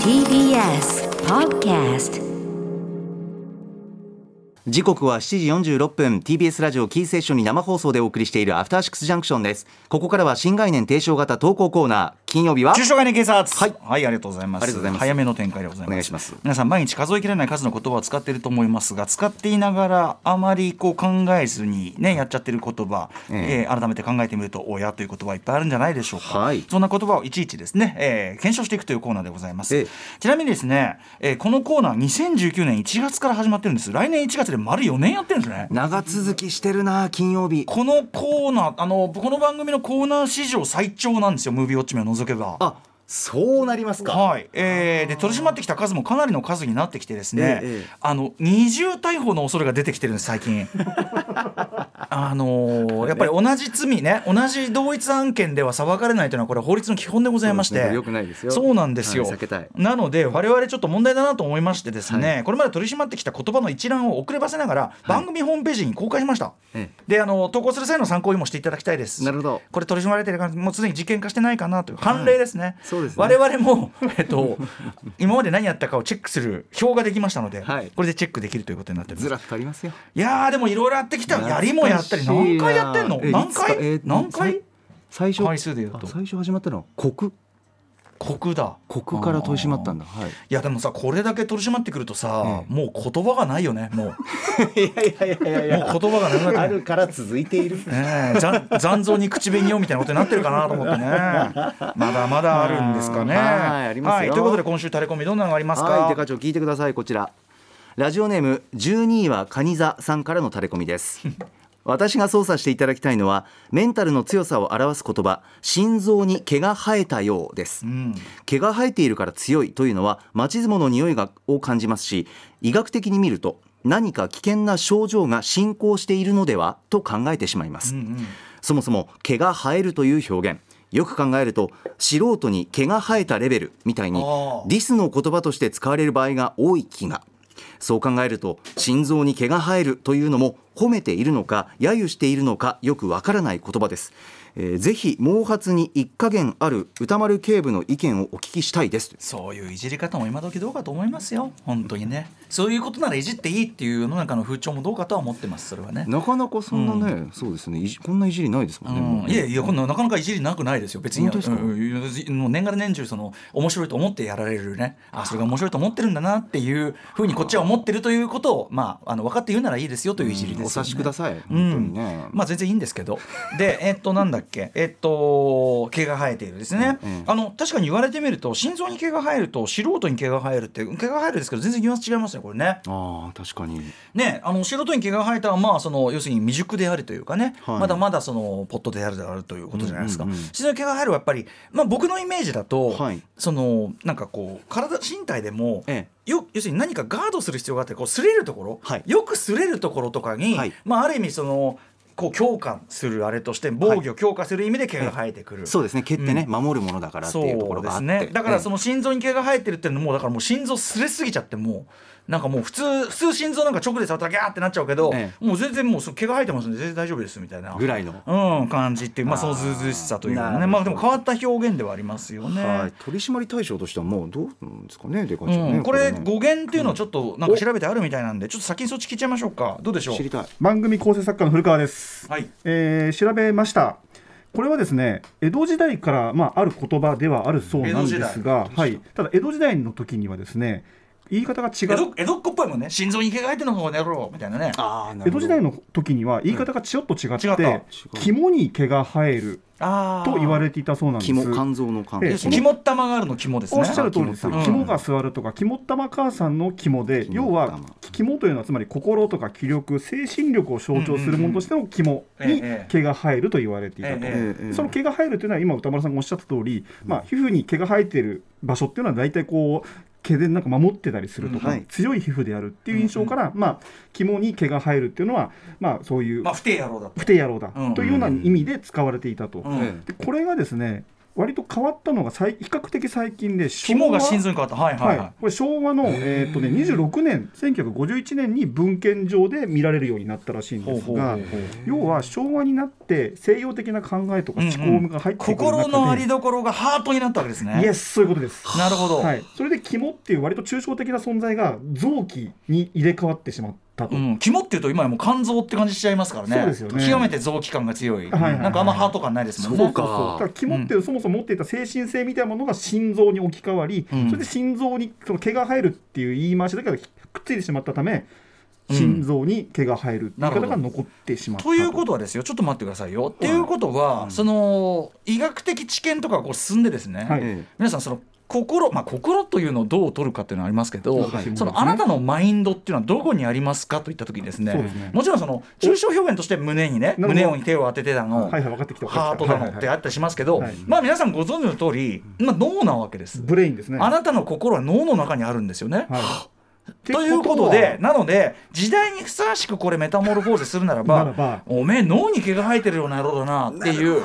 TBS Podcast 時刻は7時46分 TBS ラジオキーセッションに生放送でお送りしているアフターシックスジャンクションですここからは新概念提唱型投稿コーナー金曜日は中小概念警察はいありがとうございますありがとうございます早めの展開でございますお願いします皆さん毎日数えきれない数の言葉を使っていると思いますが使っていながらあまりこう考えずにねやっちゃってる言葉、ええー改めて考えてみると「親」という言葉いっぱいあるんじゃないでしょうか、はいそんな言葉をいちいちですね、えー検証していくというコーナーでございます、ええちなみにですね、えーこのコーナー2019年1月から始まってるんです来年1月で丸4年やってるんですね長続きしてるな金曜日このコーナーあのこの番組のコーナー史上最長なんですよムービーウォッチメンを除けばあそうなりますかはいえーで取り締まってきた数もかなりの数になってきてですね、ええええあの二重逮捕の恐れが出てきてるんです 最近あのーやっぱり同じ罪ね同じ同一案件では裁かれないというのはこれ法律の基本でございましそうてですね良くないですよそうなんですよ、はい避けたいなので我々ちょっと問題だなと思いましてですね、これまで取り締まってきた言葉の一覧を遅ればせながら番組ホームページに公開しました、ええであの投稿する際の参考にもしていただきたいですなるほどこれ取り締まれてる感じもうすでに事件化してないかなという判例ですね、そうですね我々も、 えっと、今まで何やったかをチェックする表ができましたので、はいこれでチェックできるということになってますずらっとありますよいやーでもいろいろやってきたやりもやったり懐かし何いな回やってんのえ何いつかえ回ー何回最初回数で言うとあ最初始まったのは国国だ国から取り締まったんだ はいいやでもさこれだけ取り締まってくるとさ、ええもう言葉がないよねもういやいやいやいも う言葉がなくなってるから続いているねえ、残残像に口紅をみたいなことになってるかなと思ってね まだまだあるんですかね。はいありますよということで今週タレコミどんなのがありますか、はい、デカ長聞いてくださいこちらラジオネーム12位はカニ座さんからのタレコミです 私が操作していただきたいのはメンタルの強さを表す言葉心臓に毛が生えたようです、うん、毛が生えているから強いというのは町相撲の匂いがを感じますし医学的に見ると何か危険な症状が進行しているのではと考えてしまいます、そもそも毛が生えるという表現よく考えると素人に毛が生えたレベルみたいにあーディスの言葉として使われる場合が多い気がそう考えると心臓に毛が生えるというのも褒めているのか揶揄しているのかよくわからない言葉です、えーぜひ毛髪に一加減ある歌丸警部の意見をお聞きしたいですそういういじり方も今時どうかと思いますよ本当にねそういうことならいじっていいっていう世の中の風潮もどうかとは思ってますそれはね。なかなかそんなね、そうですねいじこんないじりないですもんね、もうんういやいやこんななかなかいじりなくないですよ別に本当ですかうんもう年がら年中その面白いと思ってやられるねあそれが面白いと思ってるんだなっていうふうにこっちは思ってるということを、まあ、あの分かって言うならいいですよといういじりですよね、お察しください、うん本当にね、まあ全然いいんですけどでえっとなんだっけえっと毛が生えているですね、うんうんあの確かに言われてみると心臓に毛が生えると素人に毛が生えるって毛が生えるですけど全然ニュアンス違いますねこれねああ確かにねあの素人に毛が生えたはまあその要するに未熟であるというかね、はいまだまだそのポットであるであるということじゃないですか、うんうんうん心臓に毛が生えるはやっぱり、まあ、僕のイメージだと、はいそのなんかこう体身体でも、ええよ要するに何かガードする必要があってこう擦れるところ、はいよく擦れるところとかに、はいまあ、ある意味そのこう強化するあれとして防御を強化する意味で毛が生えてくる、そうですね毛ってね、守るものだからっていうところがあって、そうですねだからそのの心臓に毛が生えてるっていうのもだからもう心臓すれすぎちゃってもうなんかもう普通普通心臓なんか直で触ったらギャーってなっちゃうけど、えもう全然もうその毛が生えてますんで全然大丈夫ですみたいなぐらいのうん感じっていうまあそのずうずうしさというあーかなるねほどまあでも変わった表現ではありますよね。はい、取締り対象としてはもうどうなんですかね、でかちゃんうね。ん、これね語源っていうのをちょっとなんか調べてあるみたいなんでちょっと先にそっち聞いちゃいましょうかどうでしょう知りたい。番組構成作家の古川です、はいえー調べましたこれはですね江戸時代から、まあ、ある言葉ではあるそうなんですが、はい、ただ江戸時代の時にはですね言い方が江違う戸江戸っ子っぽいもんね心臓に毛が生えてるの方やろうみたいなねああ、な江戸時代の時には言い方がちょっと違って、違った肝に毛が生えるあーと言われていたそうなんです肝肝臓の肝。ええ要するに肝っ玉があるの肝ですねおっしゃる通りです、うん肝が座るとか肝っ玉母さんの肝肝っで玉要は肝というのはつまり心とか気力精神力を象徴するものとしての肝に毛が生えると言われていたと、ええええその毛が生えるというのは今歌丸さんがおっしゃった通り、まあ皮膚に毛が生えている場所っていうのは大体こう毛でなんか守ってたりするとか、うんはい強い皮膚であるっていう印象から、まあ肝に毛が生えるっていうのはまあそういうまあ不定野郎だった不定野郎だうんというような意味で使われていたと、うんええでこれがですね割と変わったのが最比較的最近で昭和肝が心臓に変わったはいははいいはい、これ昭和の、えーとね、26年1951年に文献上で見られるようになったらしいんですが要は昭和になって西洋的な考えとか思考が入ってくる中で、心のありどころがハートになったわけですねイエスそういうことです。なるほど、はい、それで肝っていう割と抽象的な存在が臓器に入れ替わってしまったと、うん、肝っていうと今やもう肝臓って感じしちゃいますからねそうですよね極めて臓器感が強い,、はいはいはいなんかあんまハート感ないですもんねそうかだから肝っていうそもそも持っていた精神性みたいなものが心臓に置き換わり、うんそれで心臓にその毛が生えるっていう言い回しだけがくっついてしまったため心臓に毛が生えるっていう方が残ってしまったということはですよちょっと待ってくださいよ。っていうことは、その医学的知見とかがこう進んでですね、はいえ皆さんその心、まあ、心というのをどう取るかっていうのはありますけど、はいそのあなたのマインドっていうのはどこにありますかといった時にですねそうですねもちろんその抽象表現として胸にねなるほど胸に手を当ててたの、はいはい分かってきた分ハかーってトきただのってあったりしますけど、はいはいまあ皆さんご存知の通り、まあ、脳なわけです。ブレインですねあなたの心は脳の中にあるんですよね。はい、ということでなので時代にふさわしくこれメタモルフォーゼするならばならばおめえ脳に毛が生えてるような野郎だなっていう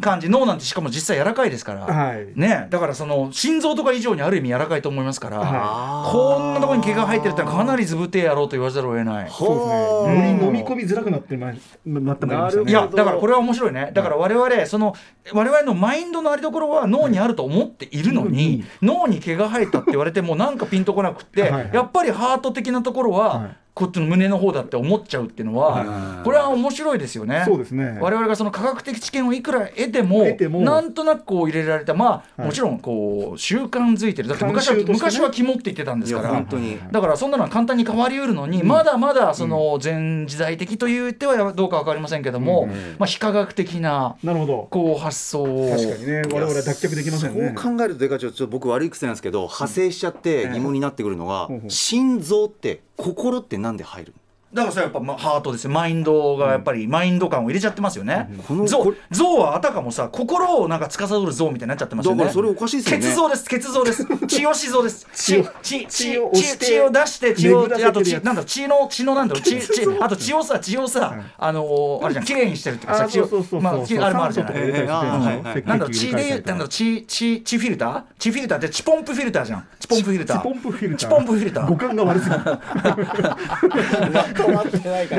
感じ脳なんてしかも実際柔らかいですから、はいね、だからその心臓とか以上にある意味柔らかいと思いますから、はこんなところに毛が生えてるってのはかなりずぶてえやろうと言わざるを得ない。そうですはねより飲み込みづらくなってまなってまいりましたなるほどね いやだからこれは面白いねだから我々その我々のマインドのありどころは脳にあると思っているのに、脳に毛が生えたって言われてもなんかピンとこなくってはいはいやっぱりハート的なところははいこっちの胸の方だって思っちゃうっていうのは、これは面白いですよね。そうですね我々がその科学的知見をいくら得ても得てもなんとなくこう入れられたまあ、はいもちろんこう習慣づいてるだって昔は、慣習としてね昔は肝って言ってたんでいすいやから本当にだからそんなのは簡単に変わりうるのに、まだまだその前時代的と言ってはどうか分かりませんけども、まあ、非科学的ななるほどこう発想を確かにね我々は脱却できませんねそう考えるとでかちょっと僕悪い癖なんですけど派生しちゃって疑問になってくるのが、うんええ心臓って心ってなんで入るだからそれはやっぱまあハートですよマインドがやっぱりマインド感を入れちゃってますよね、この像こ像はあたかもさ心をなんか司る像みたいになっちゃってますよだねからそれおかしいですよね血像です血像です 血を死像です血を血血血血を押血して血を出して血を巡らせてるあと血やつなんだ血の血のなんだろう血血あと血をさ血をさ、あのーあれじゃん綺麗にしてるっていうかさあ血そをうそうそうそう、まあ血あれもあるじゃ酸素なといか入れたりしてえーあーはいはいうん赤血な球んだろう血でなんだろう入れたりとか血血血フィルター血フィルターってチポンプフィルターじゃんチポンプフィルターチポンプフィルターチポンプフィルター五感が悪すぎる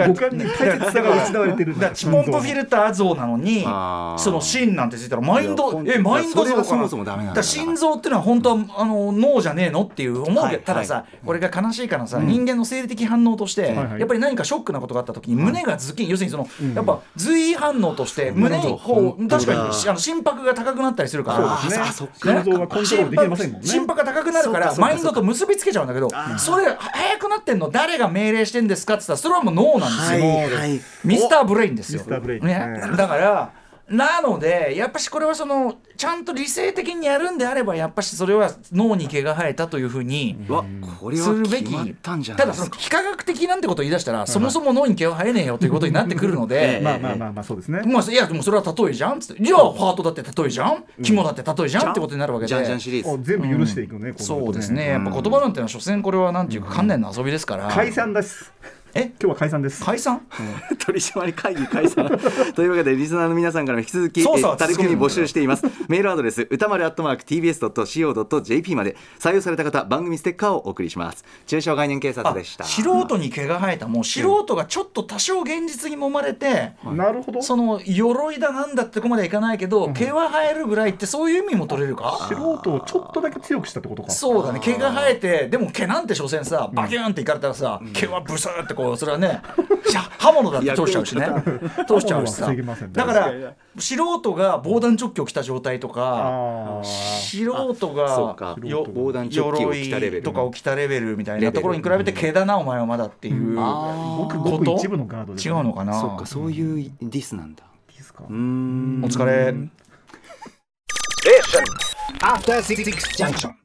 五感に大切さが失われてるだからチポンプフィルター像なのにあーその芯なんてついたらマインいやほドんえマインドそれ像はかそなもそもダメなんだだから心臓っていうのは本当はあの脳じゃねえのっていう思うけど、はいたださこれが悲しいからさ、人間の生理的反応として、はいはいやっぱり何かショックなことがあった時に胸がズキン、要するにその、やっぱ随意反応として胸にこう本当だ確かにあの心拍が高くなったりするからそうですねあそっか心臓はコントロールできませんもんね心拍が高くなるかそらうかそうかマインドと結びつけちゃうんだけどそれ早くなってんの誰が命令してんですかって言ったらそれはもう脳なんですよ、いミスターブレインですよ。ミスターブレインねう、んだからなのでやっぱしこれはそのちゃんと理性的にやるんであればやっぱしそれは脳に毛が生えたというふうに。おわこれすはるべ決きまったんじゃないたでだそすのか非科学的なんてことを言い出したら、そもそも脳に毛は生えねえよということになってくるので、まあまあまあまあそうですねまあ、いやでもそれは例えじゃんっつってじゃあハートだって例えじゃん肝だって例えじゃんってことになるわけでジャンジャンシリーおズ全部許していくねこなるそとうですねやっぱ言葉なんてのは所詮これはなんていうか観念の遊びですから、解散ですえ今日は解散です解散取締り会議解散というわけでリスナーの皆さんからも引き続きえ捜ー査はタレ続コけミるんだよ募集していますメールアドレス歌丸アットマーク TBS.CO.JP まで採用された方番組ステッカーをお送りします中小概念警察でしたあ素人に毛が生えたもう素人がちょっと多少現実に揉まれて、なるほどその鎧だなんだってとこまではいかないけど、毛は生えるぐらいってそういう意味も取れるか素人をちょっとだけ強くしたってことかそうだね毛が生えてでも毛なんて所詮さバキューンっていかれたらさ、毛はブスーってこうそれはねしゃ刃物だって通しちゃうしね通しちゃうし刃物はさ防げませんねだから素人が防弾チョッキを着た状態とかあー素人そうがかよ防弾チョッキを着たレベ鎧ルとかを着たレベルみたいなところに比べて毛だなお前はまだっていうごくこごくと一部のガードです違ねうのかなそっかそういうディスなんだいいですかうーんお疲れ。 After Six Junction.